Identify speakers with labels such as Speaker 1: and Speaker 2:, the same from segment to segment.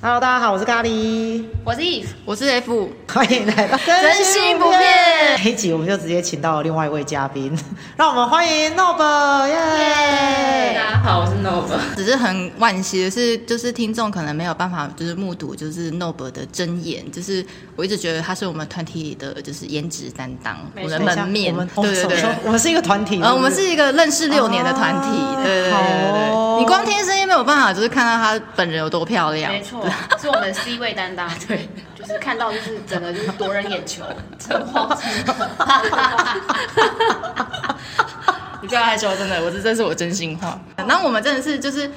Speaker 1: Hello，大家好，我是咖喱，
Speaker 2: 我是 Eve，
Speaker 3: 我是 F，
Speaker 1: 欢迎来到
Speaker 2: 真心不骗。
Speaker 1: 这一集我们就直接请到了另外一位嘉宾， 让我们欢迎 Nob，耶！
Speaker 2: 家好，我是 Nova。
Speaker 3: 只是很惋惜的是，就是听众可能没有办法，就是目睹就是 Nob 的真颜，就是我一直觉得他是我们团体里的就是颜值担当，
Speaker 2: 没
Speaker 3: 我
Speaker 2: 错
Speaker 3: 的
Speaker 1: 等一下
Speaker 3: 门面
Speaker 1: 我们，哦
Speaker 3: 对对
Speaker 1: 什么时候
Speaker 3: 对。
Speaker 1: 我们是一个团体，
Speaker 3: 呃，我们是一个认识六年的团体，
Speaker 1: 啊
Speaker 3: 对对对对对
Speaker 1: 好哦
Speaker 3: 对。你光听声音没有办法，就是看到她本人有多漂亮
Speaker 2: 没。错，是我们 C 位担当。 对，就是看到就是整个就是夺人眼 球，诚惶诚
Speaker 3: 你不要害羞，真的，我这这是我真心 话。那我们真的是就是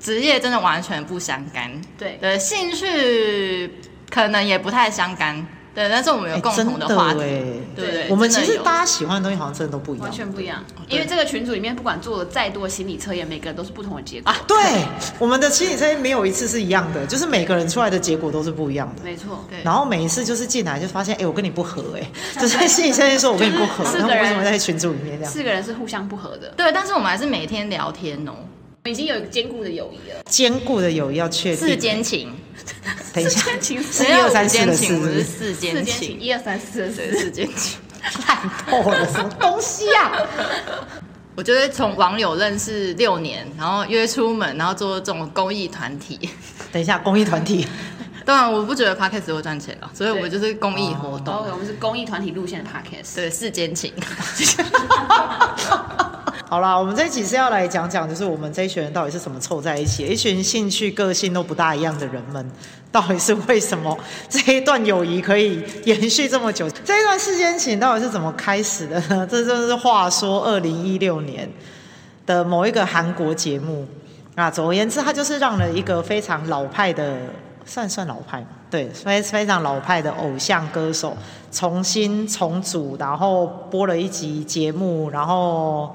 Speaker 3: 职业真的完全不相干，
Speaker 2: 对
Speaker 3: 对，兴趣可能也不太相干，对，但是我们有
Speaker 1: 哎
Speaker 3: 共同
Speaker 1: 真
Speaker 3: 话题，
Speaker 1: 哎
Speaker 3: 对不对？
Speaker 1: 我们
Speaker 3: 真
Speaker 1: 其
Speaker 3: 的
Speaker 1: 实
Speaker 3: 有
Speaker 1: 大家喜欢的东西好像真的都不一
Speaker 2: 完
Speaker 1: 样，
Speaker 2: 全不一样。因为这个群组里面，不管做了再多心理测验，每个人都是不同的结果。
Speaker 1: 啊对，我们的心理测验没有一次是一样的，就是每个人出来的结果都是不一样的。
Speaker 2: 没错，
Speaker 3: 对
Speaker 1: 然后每一次就是进来就发现，哎、我跟你不合、哎， 就是心理测验说我跟你不 合，
Speaker 2: 就是
Speaker 1: 那
Speaker 2: 四
Speaker 1: 我
Speaker 2: 个人
Speaker 1: 为什么在群组里面这样？
Speaker 2: 四个人是互相不合的，
Speaker 3: 对，但是我们还是每天聊天哦，
Speaker 2: 已经有坚固的友谊了。
Speaker 1: 坚固的友谊要确
Speaker 3: 四
Speaker 1: 定。
Speaker 3: 间情，
Speaker 1: 等一下，
Speaker 2: 情四
Speaker 1: 是一二三
Speaker 3: 没
Speaker 1: 四
Speaker 3: 有
Speaker 1: 的四是不
Speaker 3: 五间情，我们
Speaker 1: 是？
Speaker 3: 是四
Speaker 2: 四
Speaker 3: 间
Speaker 2: 间情，
Speaker 3: 情，
Speaker 2: 一二三四四
Speaker 3: 对，四间情，烂 透。
Speaker 1: 哦，我的什么东西啊呀、
Speaker 3: 我觉得从网友认识六年，然后约出门，然后做这种公益团体，
Speaker 1: 等一下，公益团体，
Speaker 3: 当然我不觉得 podcast 会赚钱了，所以我
Speaker 2: 对
Speaker 3: 就是公益活动。
Speaker 2: 哦，我们是公益团体路线的 podcast。
Speaker 3: 对，世 间情，
Speaker 1: 好啦，我们这一集是要来讲讲，就是我们这一群人到底是怎么凑在一起，一群兴趣、个性都不大一样的人们，到底是为什么这一段友谊可以延续这么久？这一段世间情到底是怎么开始的呢？这真的是话说，二零一六年的某一个韩国节目啊，总而言之，它就是让了一个非常老派的，算算老派嘛，对，非非常老派的偶像歌手重新重组，然后播了一集节目，然后。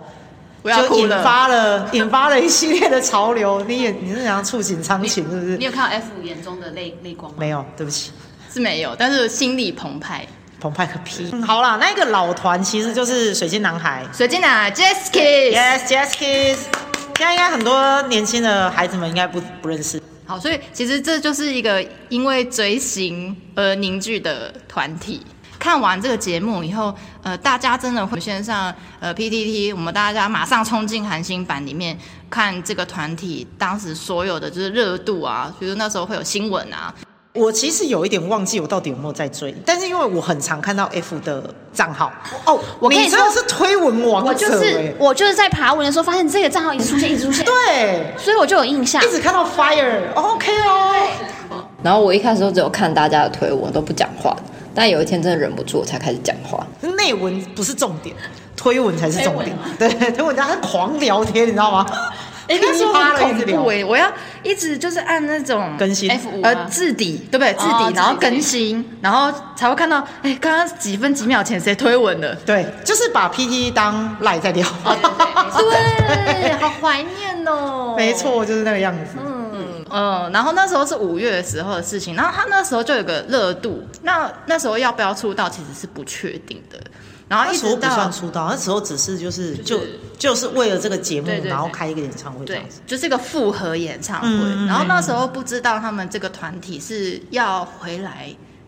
Speaker 3: 我要
Speaker 1: 就
Speaker 3: 哭
Speaker 1: 引
Speaker 3: 了。
Speaker 1: 发了引发了一系列的潮流。你也你是想要触景伤情是不是
Speaker 2: 你？有看到 F 眼中的泪泪光吗？
Speaker 1: 没有，对不起，
Speaker 3: 是没有，但是心里澎湃。
Speaker 1: 澎湃个屁！嗯好啦，那个老团其实就是水晶男孩
Speaker 3: 水晶奶 j e s k i s
Speaker 1: ，Yes Yes Kiss。现在应该很多年轻的孩子们应该不不认识，
Speaker 3: 好，所以其实这就是一个因为追星而凝聚的团体。看完这个节目以后，呃，大家真的会线上呃 PTT，我们大家马上冲进韩星版里面看这个团体当时所有的就是热度啊，比如那时候会有新闻啊，
Speaker 1: 我其实有一点忘记我到底有没有在追，但是因为我很常看到 F 的账号哦，
Speaker 4: 我跟你
Speaker 1: 你真的是推文王者、
Speaker 4: 我
Speaker 1: 欸，
Speaker 4: 就是我就是在爬文的时候发现这个账号一直出现，一直出现，
Speaker 1: 对，
Speaker 4: 所以我就有印象
Speaker 1: 一。直看到 Fire，OK、哦。
Speaker 5: 然后我一开始都只有看大家的推文，都不讲话。但有一天真的忍不住，我才开始讲话。
Speaker 1: 内文不是重点，推文才是重点。对，推文大家狂聊天，你知道吗？
Speaker 3: 哎、
Speaker 1: 噼
Speaker 3: 啊那时
Speaker 1: 里
Speaker 3: 候
Speaker 1: 啪
Speaker 3: 很
Speaker 1: 啦一直
Speaker 3: 恐
Speaker 1: 聊
Speaker 3: 怖哎、。我要一直就是按那种
Speaker 1: 更新
Speaker 3: F
Speaker 2: 5吗
Speaker 3: 呃置底，对不对？置底，
Speaker 2: 哦
Speaker 3: 然后
Speaker 2: 置底
Speaker 3: 更新，然后才会看到，哎、刚刚几分几秒前谁推文了？
Speaker 1: 对，就是把 PT 当赖在 聊。
Speaker 2: 对
Speaker 3: 哦
Speaker 2: 对对没错
Speaker 4: 对，好怀念 哦。
Speaker 1: 没，错，就是那个样子。
Speaker 3: 嗯，然后那时候是五月的时候的事情，然后他那时候就有个热度，那那时候要不要出道其实是不确定的，然后
Speaker 1: 那
Speaker 3: 一
Speaker 1: 时候
Speaker 3: 直
Speaker 1: 不
Speaker 3: 到
Speaker 1: 算出道，那时候只是就是就
Speaker 2: 就是
Speaker 1: 就是为了这个节目
Speaker 2: 对对，对
Speaker 1: 然后开一个演唱会这
Speaker 2: 对
Speaker 1: 样子。，
Speaker 3: 就是一个复合演唱会，
Speaker 1: 嗯嗯
Speaker 3: 然后那时候不知道他们这个团体是要回来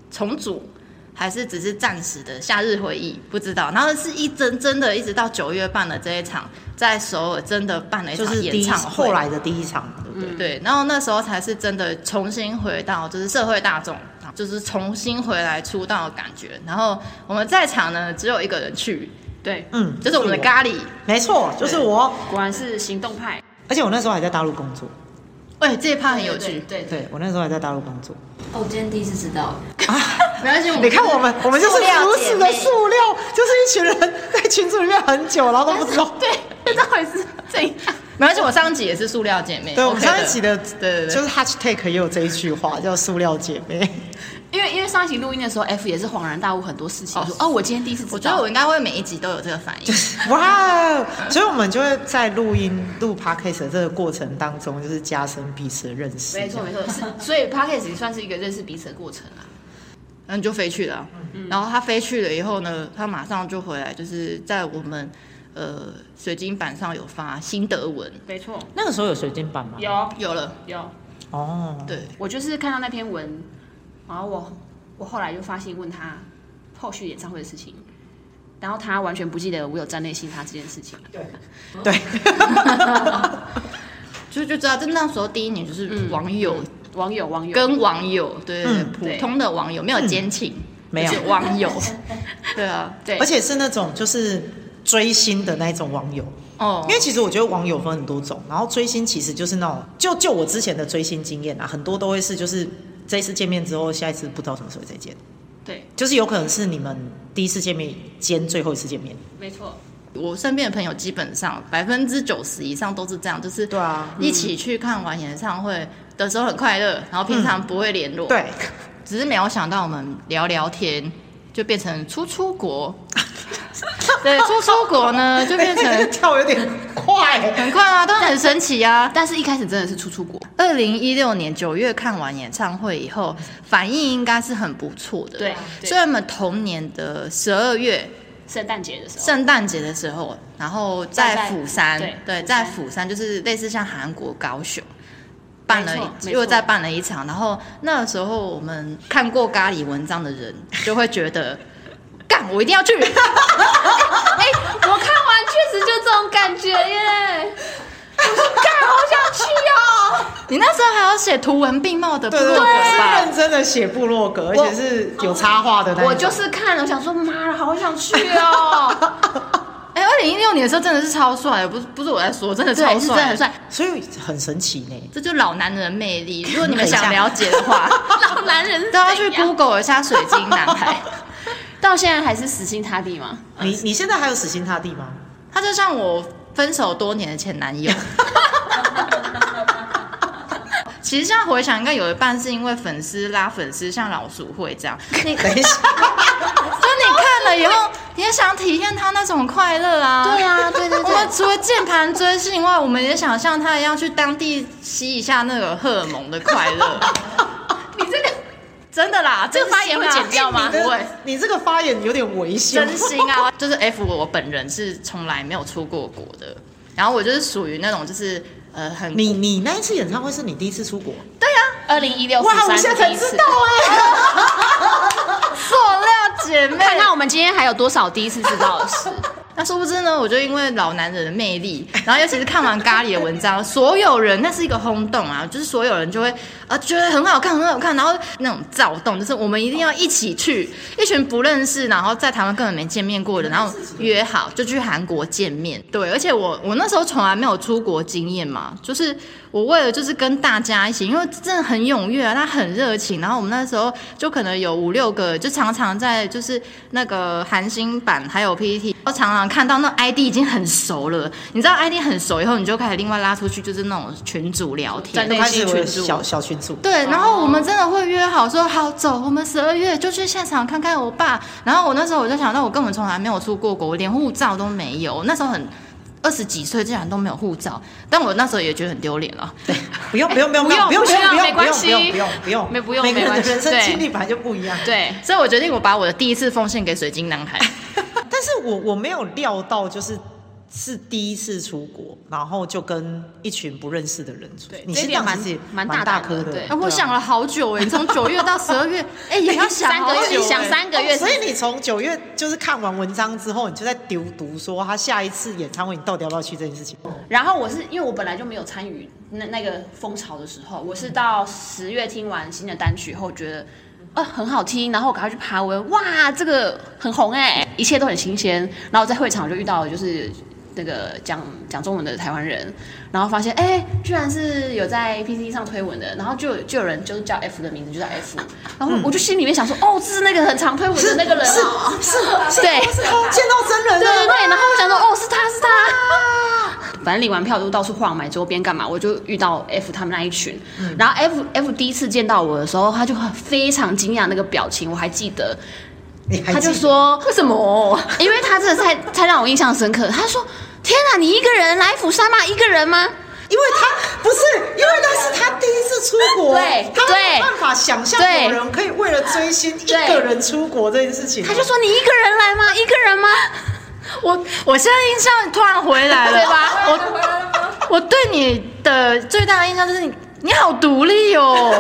Speaker 3: 重组，还是只是暂时的夏日回忆，不知道。然后是一真真的，一直到九月办了这一场，在首尔真的办了一
Speaker 1: 就
Speaker 3: 场
Speaker 1: 是第
Speaker 3: 演
Speaker 1: 一
Speaker 3: 唱会，
Speaker 1: 后来的第一场嘛，对不对？
Speaker 3: 对，然后那时候才是真的重新回到就是社会大众，就是重新回来出道的感觉。然后我们在场呢只有一个人去，
Speaker 2: 对，
Speaker 1: 嗯，
Speaker 3: 就是我们的咖喱。
Speaker 1: 没错，就是我。
Speaker 2: 果然是行动派。
Speaker 1: 而且我那时候还在大陆工作，
Speaker 3: 喂，这一趴很有趣。
Speaker 2: 对对
Speaker 1: 对我那时候还在大陆工作。
Speaker 5: 哦，我今天第一次知道，
Speaker 3: 没关系，我们
Speaker 1: 你看我们，我们就是
Speaker 4: 塑料
Speaker 1: 如
Speaker 4: 姐
Speaker 1: 此的
Speaker 4: 妹
Speaker 1: 塑料，就是一群人在群组里面很久，然后都不知 道。
Speaker 2: 对，这到底是怎样？
Speaker 3: 没关系，我上一集也是塑料姐妹。
Speaker 1: 对，我们
Speaker 3: OK
Speaker 1: 上一集的，
Speaker 3: 对对对
Speaker 1: 就是 hashtag 也有这一句话，叫“塑料姐妹
Speaker 2: 因为因为上一集录音的时候，F 也是恍然大悟很多事情，
Speaker 3: 哦
Speaker 2: 说哦，我今天第一次
Speaker 3: 我
Speaker 2: 知
Speaker 3: 觉得
Speaker 2: 道
Speaker 3: 我，应该会每一集都有这个反 应。”。
Speaker 1: 哇哦！所以我们就会在录音、录 podcast 的这个过程当中，就是加深彼此的认识。
Speaker 2: 没错没错，是所以 podcast 也算是一个认识彼此的过程啊。
Speaker 3: 然后你就飞去了啊、
Speaker 1: 嗯
Speaker 3: 然后他飞去了以后呢，他马上就回来，就是在我们呃水晶板上有发新德文，
Speaker 2: 没错，
Speaker 1: 那个时候有水晶版吗？
Speaker 2: 有
Speaker 3: 有了。
Speaker 2: 有，
Speaker 1: 哦，
Speaker 3: 对，
Speaker 2: 我就是看到那篇文，然后我我后来就发信问他后续演唱会的事情，然后他完全不记得我有站内信他这件事情。
Speaker 1: 对，
Speaker 3: 就就知道，就那时候第一年就是网友
Speaker 2: 网友网友
Speaker 3: 跟网友，对对
Speaker 1: 嗯
Speaker 3: 对，
Speaker 2: 对
Speaker 3: 普通的网友没有奸情，
Speaker 1: 没有
Speaker 3: 就是网友，
Speaker 1: 嗯
Speaker 3: 对啊，
Speaker 2: 对
Speaker 1: 而，且是那种就是追星的那种网友，
Speaker 3: 哦
Speaker 1: 因，为其实我觉得网友分很多种，然后追星其实就是那种，就就我之前的追星经验啊，很多都会是就是这一次见面之后，下一次不知道什么时候再见，
Speaker 2: 对，
Speaker 1: 就是有可能是你们第一次见面兼最后一次见面，
Speaker 2: 没错，
Speaker 3: 我身边的朋友基本上百分之九十以上都是这样，就是
Speaker 1: 对啊
Speaker 3: 一起去看完演唱会的时候很快乐，然后平常不会联 络，，
Speaker 1: 对，
Speaker 3: 只是没有想到我们聊聊天就变成出 出国，对，出出国呢就变 成
Speaker 1: 跳有点快、
Speaker 3: 很快啊，都很神奇啊。
Speaker 2: 但是一开始真的是出出国，
Speaker 3: 二零一六年九月看完演唱会以后，反应应该是很不错的。
Speaker 2: 对对
Speaker 3: 所以我们同年的十二月
Speaker 2: 圣 诞节的时候，
Speaker 3: 圣诞节的时候，然后在
Speaker 2: 在
Speaker 3: 釜山，
Speaker 2: 对釜山
Speaker 3: 在釜山就是类似像韩国高雄。办了
Speaker 2: 没错没错
Speaker 3: 又再办了一场，然后那时候我们看过咖喱文章的人就会觉得， 干我一定 要去，
Speaker 4: 哎、我看完确实就这种感觉耶，
Speaker 2: 哦
Speaker 3: 你那时候还要写图文并茂的部
Speaker 1: 对
Speaker 3: 落
Speaker 1: 对
Speaker 3: 格
Speaker 1: 对，是
Speaker 3: 吧？
Speaker 1: 认真的写部落格，而且是有插画的那一种
Speaker 4: 我就是看了，我想说妈的，好想去 哦，
Speaker 3: 哎，二零一六年的时候真的是超帅，不是不是我在说，真的超
Speaker 4: 对，是真的
Speaker 3: 帅
Speaker 4: 很，帅，
Speaker 1: 所以很神奇呢。
Speaker 3: 这就是老男人的魅力。如果你们想了解的 话，
Speaker 2: 老男人
Speaker 3: 都啊要去 Google 一下水晶男孩。
Speaker 2: 啊 到现在还是死心塌地吗？
Speaker 1: 你你现在还有死心塌地吗？
Speaker 3: 他就像我分手多年的前男 友。其实现在回想，应该有一半是因为粉丝拉粉丝，像老鼠会这样。你
Speaker 1: 等一下，
Speaker 3: 就你看了以后， 你也想体验他那种快乐啊。
Speaker 4: 对啊，对对
Speaker 3: 我们
Speaker 4: 对，
Speaker 3: 除了键盘追星以外，我们也想像他一样去当地吸一下那个荷尔蒙的快乐。 你这个真的啦，这个发言会剪掉吗？
Speaker 1: 你这
Speaker 3: 不 会。
Speaker 1: 你这个发言有点危险。
Speaker 3: 真心啊，就是 F 我本人是从来没有出过国的，然后我就是属于那种就是呃很
Speaker 1: 你你那一次演唱会是你第一次出国？
Speaker 2: 二零一六釜
Speaker 1: 哇，我现
Speaker 2: 山
Speaker 1: 在
Speaker 2: 的
Speaker 1: 才
Speaker 2: 第一
Speaker 1: 知
Speaker 2: 次
Speaker 1: 道，哎、
Speaker 3: 塑料姐 妹。
Speaker 2: 看到我们今天还有多少第一次知道的事？
Speaker 3: 那殊不知呢，我就因为老男人的魅力， 然后尤其是看完咖喱的文章，所有人那是一个轰动啊，就是所有人就会呃觉得很好看，很好看，然后那种躁动，就是我们一定要一起去，一群不认识，然后在台湾根本没见面过的，然后约好就去韩国见面。对，而且我我那时候从来没有出国经验嘛，就是我为了就是跟大家一起，因为真的很踊跃啊，他很热情，然后我们那时候就可能有五六个，就常常在就是那个韩星版还有 PPT，我常常看到那 ID 已经很熟了，你知道 ID 很熟以后，你就开始另外拉出去就是那种群组聊天
Speaker 1: 都
Speaker 2: 在。内
Speaker 1: 开始
Speaker 2: 心
Speaker 1: 有
Speaker 2: 群
Speaker 1: 小
Speaker 2: 组，
Speaker 1: 小群组，
Speaker 3: 对，然后我们真的会约好说好走，我们十二月就去现场看看我爸。然后我那时候我就想到，我根本从来没有出过国，我连护照都没有。那时候很二十几岁，竟然都没有护照，但我那时候也觉得很丢脸了。
Speaker 1: 不用不用不用
Speaker 2: 不用
Speaker 1: 不用
Speaker 2: 不
Speaker 1: 不用
Speaker 2: 用
Speaker 1: 不用
Speaker 2: 没
Speaker 1: 不
Speaker 2: 关
Speaker 1: 用
Speaker 2: 系
Speaker 1: 不用不用不用，
Speaker 2: 没不用
Speaker 1: 每个人
Speaker 2: 没
Speaker 1: 的
Speaker 2: 关系
Speaker 1: 人生
Speaker 2: 对
Speaker 1: 经历本来就不一样。
Speaker 2: 对，
Speaker 3: 所以我决定我把我的第一次奉献给水晶 男孩。
Speaker 1: 但是我我没有料到，就是是第一次出国，然后就跟一群不认识的人出去
Speaker 2: 对，
Speaker 1: 你
Speaker 2: 这
Speaker 1: 心
Speaker 2: 一点
Speaker 1: 脏其实也
Speaker 2: 蛮
Speaker 1: 蛮
Speaker 2: 蛮大
Speaker 1: 大
Speaker 2: 胆
Speaker 1: 颗
Speaker 2: 的
Speaker 1: 的啊
Speaker 2: 对。啊
Speaker 3: 哎，我想了好久哎，从九月到十二 月，哎，也要想
Speaker 2: 三
Speaker 3: 好
Speaker 2: 个月，
Speaker 3: 久哎
Speaker 2: 想三个月，
Speaker 1: 所以你从九月就是看完文章之后，你就在丢读说他下一次演唱会你到底要不要去这件事情。
Speaker 2: 然后我是因为我本来就没有参与那那个风潮的时候，我是到十月听完新的单曲后觉得。呃，很好听，然后我赶快去爬文，哇，这个很红哎、一切都很新鲜。然后在会场就遇到了就是那个讲讲中文的台湾人，然后发现哎、居然是有在 PPT 上推文的，然后就有就有人就是叫 F 的名字，就叫 F，然后我就心里面想说，哦，这是那个很常推文的那个人
Speaker 1: 是
Speaker 2: 哦，
Speaker 1: 是是，
Speaker 2: 对
Speaker 1: 是他见到真人了，
Speaker 2: 对对对，然后我想说，哦，是他是他， 反正领完票就到处晃，买周边干嘛，我就遇到 F 他们那一群，然后 F F 第一次见到我的时候，他就很非常惊讶那个表情，我还记得，
Speaker 1: 你还
Speaker 2: 他就
Speaker 1: 记得
Speaker 2: 说为什么？因为他真的 太太让我印象深刻，他说天哪，你一个人来釜山吗？一个人吗？
Speaker 1: 因为他不是，因为那是他第一次出国，
Speaker 2: 对
Speaker 1: 他没
Speaker 2: 对
Speaker 1: 有办法想象
Speaker 2: 对
Speaker 1: 有人可以为了追星一
Speaker 2: 对
Speaker 1: 个人出国这件事情。
Speaker 2: 他就说你一个人来吗？一个 人吗？
Speaker 3: 我我现在印象突然回来了，
Speaker 2: 对吧
Speaker 3: 我我对你的最大的印象就是你
Speaker 2: 你好独立哦。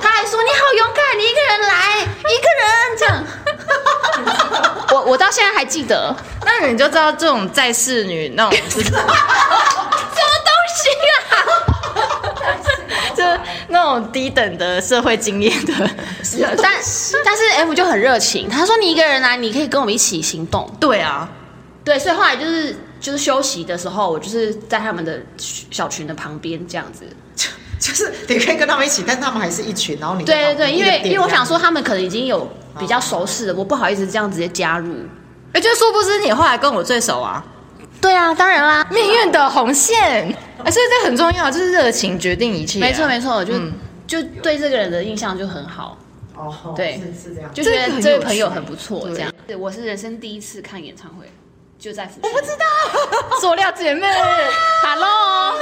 Speaker 2: 他还说你好勇敢，你一个人来，一个人这样。 我我到现在还记得，
Speaker 3: 那你就知道这种在世女那种 就是什么
Speaker 2: 啊
Speaker 3: 东西啊，就那种低等的社会经验的 人。
Speaker 2: 但但是 F 就很热情，他说你一个人来，你可以跟我们一起行动。
Speaker 3: 对啊，
Speaker 2: 对，所以后来就是就是休息的时候，我就是在他们的小群的旁边这样子。
Speaker 1: 就是你可以跟他们一起，但他们还是一群，然后你
Speaker 2: 对对对，
Speaker 1: 你
Speaker 2: 因
Speaker 1: 一个
Speaker 2: 为
Speaker 1: 点
Speaker 2: 因为我
Speaker 1: 这样
Speaker 2: 想说他们可能已经有比较熟识了，我不好意思这样直接加入。
Speaker 3: 而且殊不知你后来跟我最熟啊，
Speaker 2: 对啊，当然啦，
Speaker 3: 命运的红 线，哎，所以这很重要，就是热情决定一切啊、
Speaker 2: 没错没错，我就、
Speaker 3: 嗯
Speaker 2: 就对这个人的印象就很好，
Speaker 1: 哦，
Speaker 2: 对
Speaker 1: 是是这样。
Speaker 2: 就觉
Speaker 3: 这个
Speaker 2: 得
Speaker 3: 很有
Speaker 2: 这位朋友很不错，
Speaker 3: 趣
Speaker 2: 这样。对我是人生第一次看演唱会，就在福我不知道，
Speaker 3: 错，塑哦 料姐妹
Speaker 2: 哦
Speaker 3: ，Hello，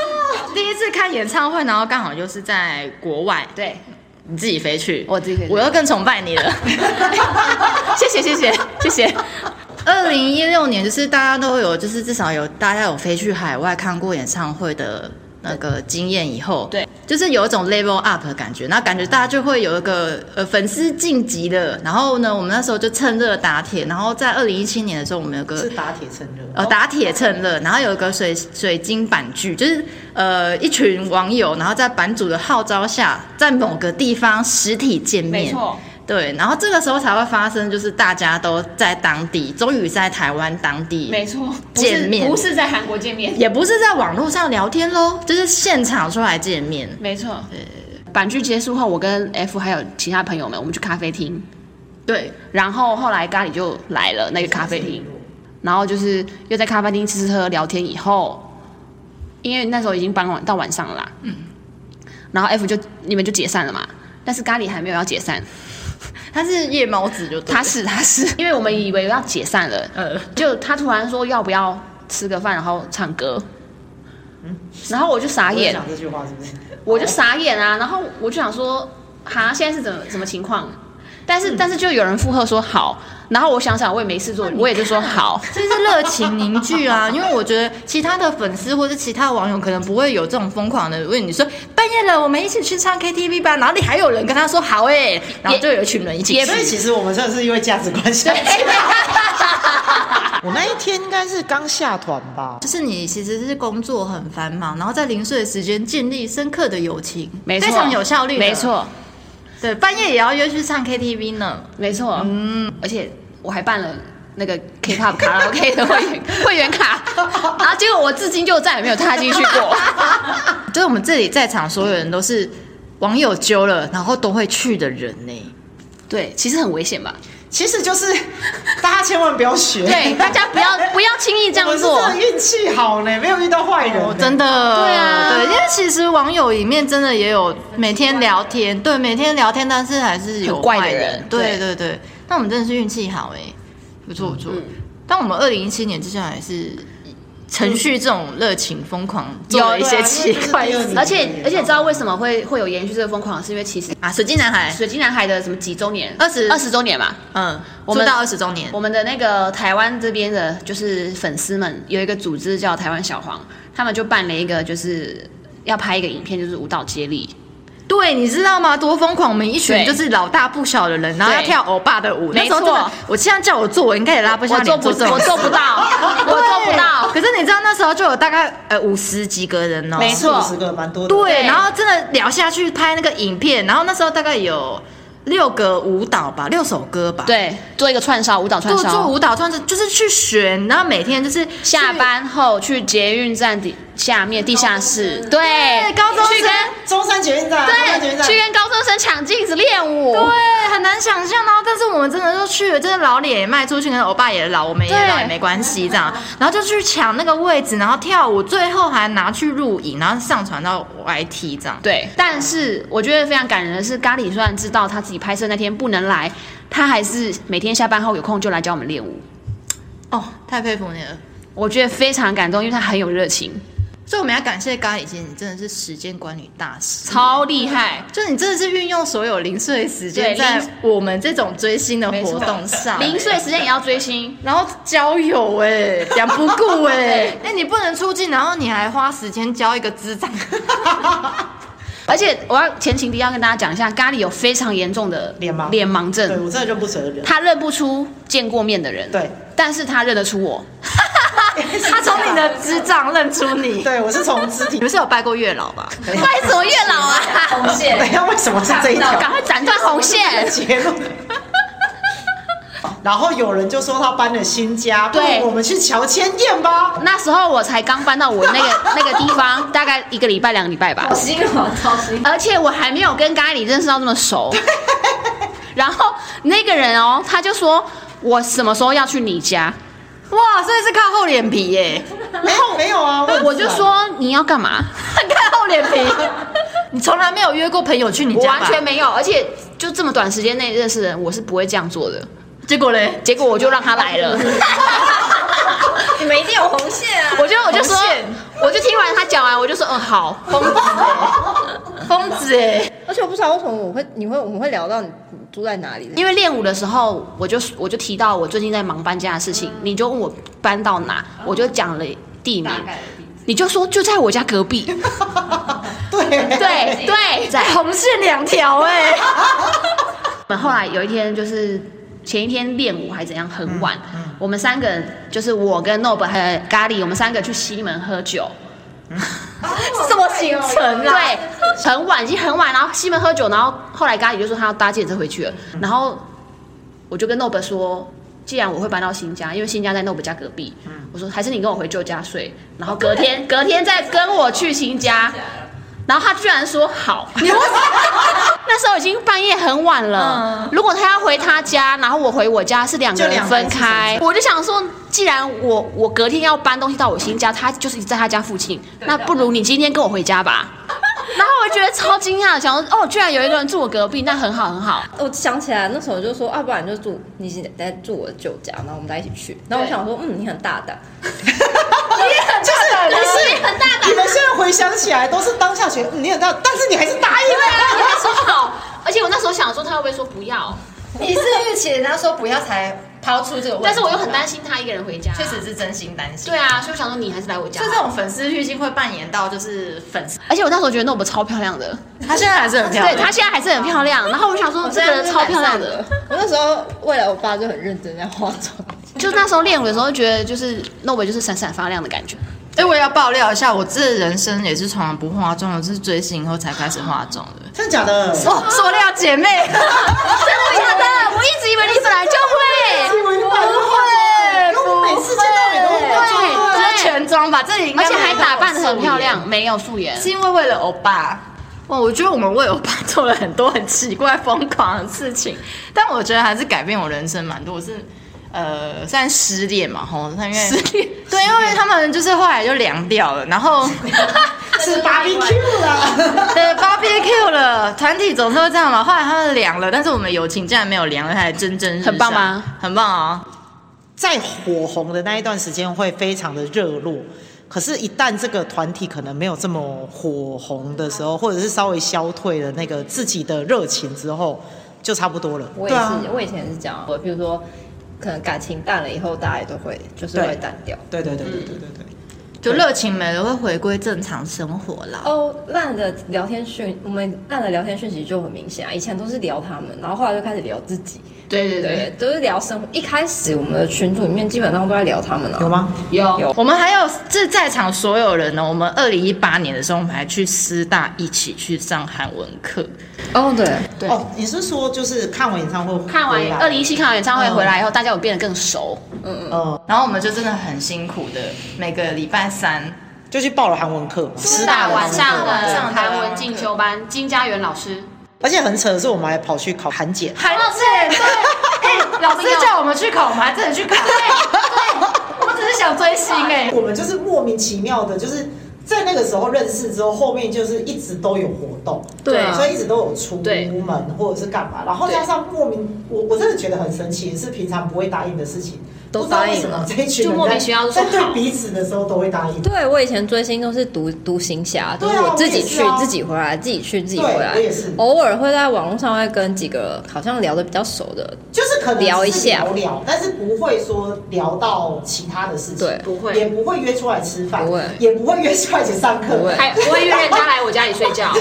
Speaker 3: 第一次看演唱会，然后刚好又是在国外，
Speaker 2: 对
Speaker 3: 你自己飞去，
Speaker 2: 我自己飞去
Speaker 3: 我又更崇拜你了。谢谢，谢谢，谢谢。二零一六年就是大家都有，就是至少有大家有飞去海外看过演唱会的那个经验以后，
Speaker 2: 对，
Speaker 3: 就是有一种 level up 的感觉，那感觉大家就会有一个呃粉丝晋级的。然后呢，我们那时候就趁热打铁，然后在二零一七年的时候，我们有个
Speaker 1: 是打铁趁热，
Speaker 3: 呃，打铁趁热，然后有一个水水晶版剧，就是呃一群网友，然后在版主的号召下，在某个地方实体见面，
Speaker 2: 没错，
Speaker 3: 对，然后这个时候才会发生，就是大家都在当地，终于在台湾当地，
Speaker 2: 没错，不是
Speaker 3: 见面
Speaker 2: 不是在韩国见面，
Speaker 3: 也不是在网络上聊天喽，就是现场出来见面，
Speaker 2: 没错。版剧结束后，我跟 F 还有其他朋友们，我们去咖啡厅，
Speaker 3: 对，
Speaker 2: 然后后来咖喱就来了那个咖啡厅，然后就是又在咖啡厅吃吃喝喝聊天以后，因为那时候已经傍晚到晚上了啦，嗯，然后 F 就你们就解散了嘛，但是咖喱还没有要解 散，
Speaker 3: 他是夜猫子就对了
Speaker 2: 他是他是，因为我们以为要解散了，
Speaker 3: 呃，
Speaker 2: 就他突然说要不要吃个饭，然后唱歌，嗯然后我就傻
Speaker 1: 打
Speaker 2: 眼，
Speaker 1: 讲这句话是不是？
Speaker 2: 我就傻眼啊，然后我就想说，哈，现在是怎么什么情况？但是、但是就有人附和说好，然后我想想我也没事做，我也就说好。
Speaker 3: 这是热情凝聚啊！因为我觉得其他的粉丝或者其他网友可能不会有这种疯狂的问你说半夜了，我们一起去唱 KTV 吧，然后你还有人跟他说好哎、然后就有一群人一起去
Speaker 1: 所以其实我们真的是因为价值观 相近。我那一天应该是刚下团吧，
Speaker 3: 就是你其实是工作很繁忙，然后在零碎的时间建立深刻的友情，
Speaker 2: 没错，
Speaker 3: 非常有效率，
Speaker 2: 没，错，
Speaker 3: 对，半夜也要约去唱 KTV 呢。
Speaker 2: 没错。嗯，而且我还办了那个 K-pop 卡拉 OK 的会员 会员卡，然后结果我至今就再也没有踏进去过。
Speaker 3: 就是我们这里在场所有人都是网友揪了，然后都会去的人呢、
Speaker 2: 对，其实很危险吧？
Speaker 1: 其实就是大家千万不要学。
Speaker 2: 对，大家不要不要轻易这
Speaker 1: 我
Speaker 2: 样
Speaker 1: 是
Speaker 2: 做。
Speaker 1: 真的运气好呢，没有遇到坏人呢、
Speaker 3: 哦，真的，对
Speaker 2: 啊
Speaker 3: 对，因为其实网友里面真的也有每天聊天，对，每天聊天，但是还是有
Speaker 2: 很怪的
Speaker 3: 坏
Speaker 2: 人
Speaker 3: 对
Speaker 2: 对
Speaker 3: 嗯对对。那我们真的是运气好哎、不错不错。但我们二零一七年之下也是程序这种热情疯狂，做了一些奇怪
Speaker 1: 对啊因为这是第二年
Speaker 2: 而且而且知道为什
Speaker 1: 么？
Speaker 2: 么会会有延续这个疯狂，是因为其实
Speaker 3: 啊，水晶男孩，
Speaker 2: 水晶男孩的什么几周年，
Speaker 3: 20
Speaker 2: 二十周年嘛。
Speaker 3: 嗯，
Speaker 2: 我
Speaker 3: 出
Speaker 2: 们
Speaker 3: 道二十周年，
Speaker 2: 我们的那个台湾这边的，就是粉丝们有一个组织叫台湾小黄，他们就办了一个，就是要拍一个影片，就是舞蹈接力。
Speaker 3: 对，你知道吗？多疯狂！我们一群
Speaker 2: 对
Speaker 3: 就是老大不小的人，然后要
Speaker 2: 对
Speaker 3: 跳欧巴的舞。那
Speaker 2: 没
Speaker 3: 时候真的
Speaker 2: 错，
Speaker 3: 我现在叫我做，我应该也拉不下
Speaker 2: 我
Speaker 3: 脸
Speaker 2: 做不，
Speaker 3: 这种
Speaker 2: 我做
Speaker 3: 事
Speaker 2: 不到， 我做不到。
Speaker 3: 可是你知道那时候就有大概呃五十几个人哦，
Speaker 2: 没错
Speaker 1: 哎四五十个蛮多的。
Speaker 3: 对，
Speaker 2: 对
Speaker 3: 然后真的聊下去拍那个影片，然后那时候大概有六个舞蹈吧，六首歌吧，，
Speaker 2: 对，做一个串烧舞蹈串
Speaker 3: 做做
Speaker 2: 烧，
Speaker 3: 舞蹈创作就是去选，然后每天就是
Speaker 2: 下
Speaker 3: 去。
Speaker 2: 班后去捷运站底下面地下室，对，
Speaker 3: 哎高中
Speaker 2: 去
Speaker 3: 生
Speaker 2: 跟
Speaker 1: 中山捷运站，中山捷运
Speaker 2: 对
Speaker 1: 站
Speaker 2: 去跟高中生抢镜子练舞，
Speaker 3: 对，很难想象。然后，但是我们真的就去了，真的老脸也卖出去，跟欧巴也老，我们也老
Speaker 2: 对
Speaker 3: 也没关系这样。然后就去抢那个位置，然后跳舞，最后还拿去录影，然后上传到 YT 这样。
Speaker 2: 对，但是我觉得非常感人的是，咖喱虽然知道他自己拍摄那天不能来，他还是每天下班后有空就来教我们练舞。
Speaker 3: 哦，太佩服你了。
Speaker 2: 我觉得非常感动，因为他很有热情，
Speaker 3: 所以我们要感谢咖喱姐，你真的是时间管理大师。
Speaker 2: 超厉害。
Speaker 3: 就你真的是运用所有零碎时间，
Speaker 2: 对
Speaker 3: 在
Speaker 2: 零
Speaker 3: 我们这种追星的
Speaker 2: 没错
Speaker 3: 活动上，
Speaker 2: 零碎时间也要追星，
Speaker 3: 然后交友哎、两不顾欸 哎、哎、你不能出镜，然后你还花时间交一个智障，
Speaker 2: 而且我要前情提要跟大家讲一下，咖喱有非常严重的
Speaker 1: 脸盲
Speaker 2: 脸盲
Speaker 1: 对
Speaker 2: 症，
Speaker 1: 我真的认不出人，
Speaker 2: 他认不出见过面的人，
Speaker 1: 对，
Speaker 2: 但是他认得出我，
Speaker 3: 他从你的智障认出你。
Speaker 1: 对我是从肢体
Speaker 3: 你，们是有拜过月老吧？
Speaker 2: 拜什么月老啊？
Speaker 4: 红线
Speaker 1: 等一下为什么是这一条？
Speaker 2: 赶快斩断 红线！
Speaker 1: 结论。然后有人就说他搬了新家，不如
Speaker 2: 对
Speaker 1: 我们去乔迁宴 吧。
Speaker 2: 那时候我才刚搬到我那个 那个地方，大概一个礼拜、两个礼拜吧
Speaker 4: 好，心哦，超心。
Speaker 2: 而且我还没有跟咖喱认识到那么 熟。然后那个人哦，他就说我什么时候要去你家？
Speaker 3: 哇，所以是靠厚脸皮耶、
Speaker 1: 没有没有啊，很
Speaker 2: 我
Speaker 1: 自
Speaker 2: 就
Speaker 1: 然，
Speaker 2: 说你要干嘛？
Speaker 3: 看厚脸皮。你从来没有约过朋友去你
Speaker 2: 我
Speaker 3: 家吧
Speaker 2: 完全没有，而且就这么短时间内认识人，我是不会这样做的。
Speaker 3: 结果嘞？
Speaker 2: 结果我就让他来 了，
Speaker 4: 你们一定有红线啊！
Speaker 2: 我就我就说
Speaker 3: 红线，
Speaker 2: 我就听完他讲完，我就说嗯好，
Speaker 3: 疯子、欸，疯子哎、
Speaker 5: 而且我不知道为什么我会你会我们会聊到你住在哪里，
Speaker 2: 因为练舞的时候，我就我就提到我最近在忙搬家的事情，你就问我搬到哪，我就讲了地名，你就说就在我家隔壁，
Speaker 1: 对
Speaker 2: 对对， 在。
Speaker 3: 红线两条哎。
Speaker 2: 我们后来有一天就是前一天练舞还怎样，很晚，我们三个人就是我跟 Nob 还有咖喱，我们三个去西门喝酒。
Speaker 4: 什么行
Speaker 2: 啊
Speaker 4: 程？
Speaker 3: 啊
Speaker 2: 对，很晚，已经很晚，然后西门喝酒，然后后来咖喱就说他要搭计程车回去了，然后我就跟 Nob 说，既然我会搬到新家，因为新家在 Nob 家隔壁，我说还是你跟我回旧家睡，然后隔天隔天再跟我去新家，然后他居然说好， 那时候已经半夜很晚了，如果他要回他家，然后我回我家是两个
Speaker 1: 就
Speaker 2: 人
Speaker 1: 两个人
Speaker 2: 分开，我就想说，既然我我隔天要搬东西到我新家，他就是在他家附近，那不如你今天跟我回家吧。啊 然后我觉得超惊讶，想说哦，居然有一个人住我隔壁，那很好很好。
Speaker 5: 我想起来那时候我就说，啊，不然就住你现在住我的舅家，然后我们再一起去。然后我想说，嗯，你很大胆，
Speaker 2: 啊
Speaker 1: 就是你是很大胆。你们现在回想起来都是当下觉得嗯你很大，但是你还是答应
Speaker 2: 对啊，
Speaker 1: 了。
Speaker 2: 你还说好，而且我那时候想说他会不会说不要，
Speaker 4: 你是预期人家说不要才抛出这个问
Speaker 2: 但是我又很担心他一个人回家。
Speaker 4: 确实是真心担心。
Speaker 2: 对啊，所以我想说你还是来我家
Speaker 3: 就。这种粉丝滤镜会扮演到就是粉丝，
Speaker 2: 而且我那时候觉得那我们超漂亮的，
Speaker 3: 她现在还是很漂
Speaker 2: 对
Speaker 3: 亮。
Speaker 2: 她现在还是很漂亮。然后我想说这个人超漂亮的。
Speaker 5: 我那时候为了我爸就很认真在化妆，
Speaker 2: 就那时候练舞的时候，觉得就是诺维就是闪闪发亮的感觉。
Speaker 3: 哎、我也要爆料一下，我这人生也是从来不化妆，我是追星以后才开始化妆的。
Speaker 1: 真的假的？
Speaker 3: 哦，塑料姐妹，
Speaker 2: 真的假的？我一直以为你本来就会。
Speaker 1: 我一般不会，因为哦我每次见到你都会化妆啊
Speaker 2: 对
Speaker 3: 就是全妆吧，这里应该
Speaker 2: 而且还
Speaker 3: 没有
Speaker 2: 打扮的很漂
Speaker 3: 素
Speaker 2: 亮，没有素颜
Speaker 3: 颜，。是因为为了欧巴。哇，我觉得我们为欧巴做了很多很奇怪、疯狂的事情，但我觉得还是改变我人生蛮多。我是呃，算失恋嘛，吼，那因为失恋，对，因为他们就是后来就凉掉了，然后。
Speaker 1: 是 barbecue 啦。
Speaker 3: 对，barbecue 了，团体总是会这样嘛。后来他们凉了，但是我们友情竟然没有凉了，还蒸蒸日上
Speaker 2: 很棒吗？
Speaker 3: 很棒啊！
Speaker 1: 在火红的那一段时间会非常的热络，可是，一旦这个团体可能没有这么火红的时候，或者是稍微消退了那个自己的热情之后，就差不多了。
Speaker 5: 我也
Speaker 1: 对
Speaker 5: 是，
Speaker 1: 啊，
Speaker 5: 我以前也是这样，我比如说可能感情淡了以后，大家也都会就是
Speaker 1: 对
Speaker 5: 会淡掉。
Speaker 1: 对对对对对对对。
Speaker 3: 就热情没了，会回归正常生活啦。
Speaker 5: 哦，烂的聊天讯，我们烂的聊天讯息就很明显啊。以前都是聊他们，然后后来就开始聊自己，
Speaker 3: 对对
Speaker 5: 对，都是聊生活。一开始我们的群组里面基本上都在聊他们啊，
Speaker 1: 有？吗？
Speaker 2: 有
Speaker 3: 我们还有这在场所有人呢。哦我们二零一八年的时候，我们还去师大一起去上韩文课。
Speaker 5: 哦，对，
Speaker 2: 对
Speaker 1: 哦，你是说就是看完演唱会，
Speaker 2: 看完二零一，七看完演唱会回
Speaker 1: 嗯
Speaker 2: 来以后，大家有变得更熟。
Speaker 1: 呃，
Speaker 3: 然后我们就真的很辛苦的，每个礼拜三，
Speaker 1: 就去报了韩文课嘛，师
Speaker 2: 大
Speaker 1: 的
Speaker 2: 晚
Speaker 1: 韩
Speaker 2: 上
Speaker 1: 文课
Speaker 3: 晚
Speaker 1: 对
Speaker 3: 上
Speaker 2: 的
Speaker 3: 的
Speaker 2: 韩文进修班，金家元老师，
Speaker 1: 而且很扯的是，我们还跑去考韩检。
Speaker 3: 韩对对，哎，老师叫我们去考，我们还真的 去考。我们只是想追星哎。
Speaker 1: 我们就是莫名其妙的，就是在那个时候认识之后，后面就是一直都有活动，
Speaker 5: 对啊
Speaker 1: 所以一直都有出
Speaker 2: 对
Speaker 1: 门或者是干嘛，然后加上莫名，我我真的觉得很神奇，是平常不会答应的事情，
Speaker 5: 都
Speaker 1: 不知道
Speaker 5: 答应
Speaker 1: 为什么
Speaker 5: 了
Speaker 1: 这一群人
Speaker 2: 就莫名其妙就说
Speaker 1: 在在
Speaker 2: 好
Speaker 1: 对彼此的时候都会答应，
Speaker 5: 对我以前追星都是独独行侠，
Speaker 1: 对
Speaker 5: 就
Speaker 1: 啊
Speaker 5: 是我自己
Speaker 1: 我
Speaker 5: 去
Speaker 1: 也是啊
Speaker 5: 自己回来，自己去自己回来
Speaker 1: 对我也是。
Speaker 5: 偶尔会在网络上会跟几个好像聊得比较熟的，
Speaker 1: 就是可能
Speaker 5: 聊一
Speaker 1: 是
Speaker 5: 下
Speaker 1: 聊聊，但是不会说聊到其他的事情，
Speaker 5: 对
Speaker 2: 不会
Speaker 1: 也不会约出来吃饭，
Speaker 5: 不会
Speaker 1: 也不会约出来一起上课，
Speaker 5: 不会
Speaker 2: 还我以为人家来我家里睡觉。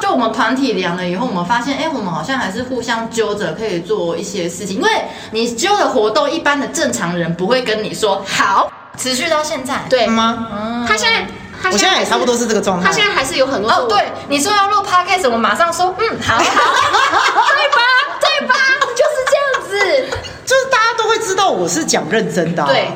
Speaker 3: 就我们团体凉了以后，我们发现，哎、我们好像还是互相揪着可以做一些事情，因为你揪的活动，一般的正常人不会跟你说好，持续到现在。
Speaker 2: 对，
Speaker 1: 吗？
Speaker 2: 他现在，他
Speaker 1: 嗯我现在也
Speaker 2: 还是
Speaker 1: 差不多是这个状态
Speaker 2: 他。现在还是有很多
Speaker 3: 哦， 对，你说要录 podcast，我们马上说，嗯，好，
Speaker 4: 对吧？对吧？就是这样子。
Speaker 1: 就是大家都会知道我是讲认真的、啊。
Speaker 2: 对，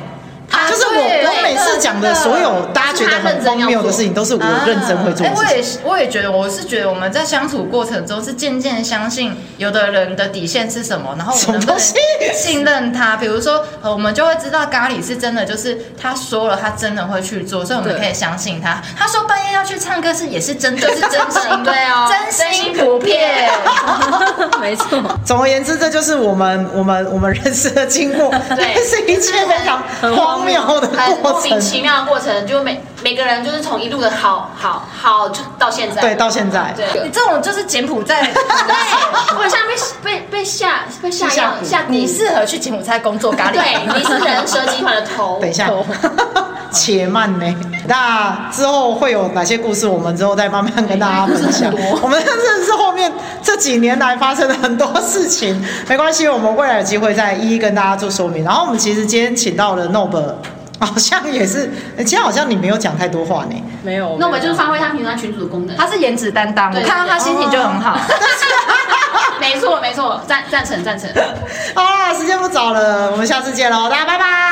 Speaker 1: 啊， 就是我
Speaker 3: 对
Speaker 1: 我每次讲的所有大家觉得很荒谬的事情，都是我认真会做
Speaker 3: 哎、
Speaker 1: 的事
Speaker 3: 我
Speaker 1: 情。
Speaker 3: 也是，我也觉得，我是觉得我们在相处过程中是渐渐相信有的人的底线是什么，然后我
Speaker 1: 什么
Speaker 3: 们能不
Speaker 1: 东
Speaker 3: 能
Speaker 1: 西
Speaker 3: 信任他。比如说，呃，我们就会知道咖喱是真的，就是他说了，他真的会去做，所以我们
Speaker 5: 对
Speaker 3: 可以相信他。他说半夜要去唱歌是也是真的，是真 心
Speaker 2: 对哦
Speaker 3: 真心不骗。
Speaker 5: 没错，
Speaker 1: 总而言之，这就是我们我们我们认识的经过，
Speaker 2: 对
Speaker 1: 这是一切非 常荒谬的
Speaker 2: 很
Speaker 1: 过
Speaker 2: 莫名
Speaker 1: 程。
Speaker 2: 其妙的过程，就每每个人就是从一路的好好好就到现在，
Speaker 1: 对，到现在，
Speaker 2: 对
Speaker 3: 你这种就是柬埔寨，
Speaker 4: 对，我像被被被吓被吓药吓
Speaker 3: 你适合去柬埔寨工作咖喱。
Speaker 2: 对，你是人蛇集团的头，
Speaker 1: 等一下，哦 且慢呢。那之后会有哪些故事？我们之后再慢慢跟大家分享。我们真的是后面这几年来发生的很多事情，没关系，我们未来有机会再一一跟大家做说明。然后我们其实今天请到了 Nob，好像也是，今天好像你没有讲太多话呢。
Speaker 5: 没有，
Speaker 2: 那我们就是发挥他平常群主的 功能。
Speaker 3: 他是颜值担当，我
Speaker 2: 对
Speaker 3: 看到他心情就很好。
Speaker 2: 没错没错，赞赞成赞成。
Speaker 1: 好啦，时间不早了，我们下次见喽，大家拜拜。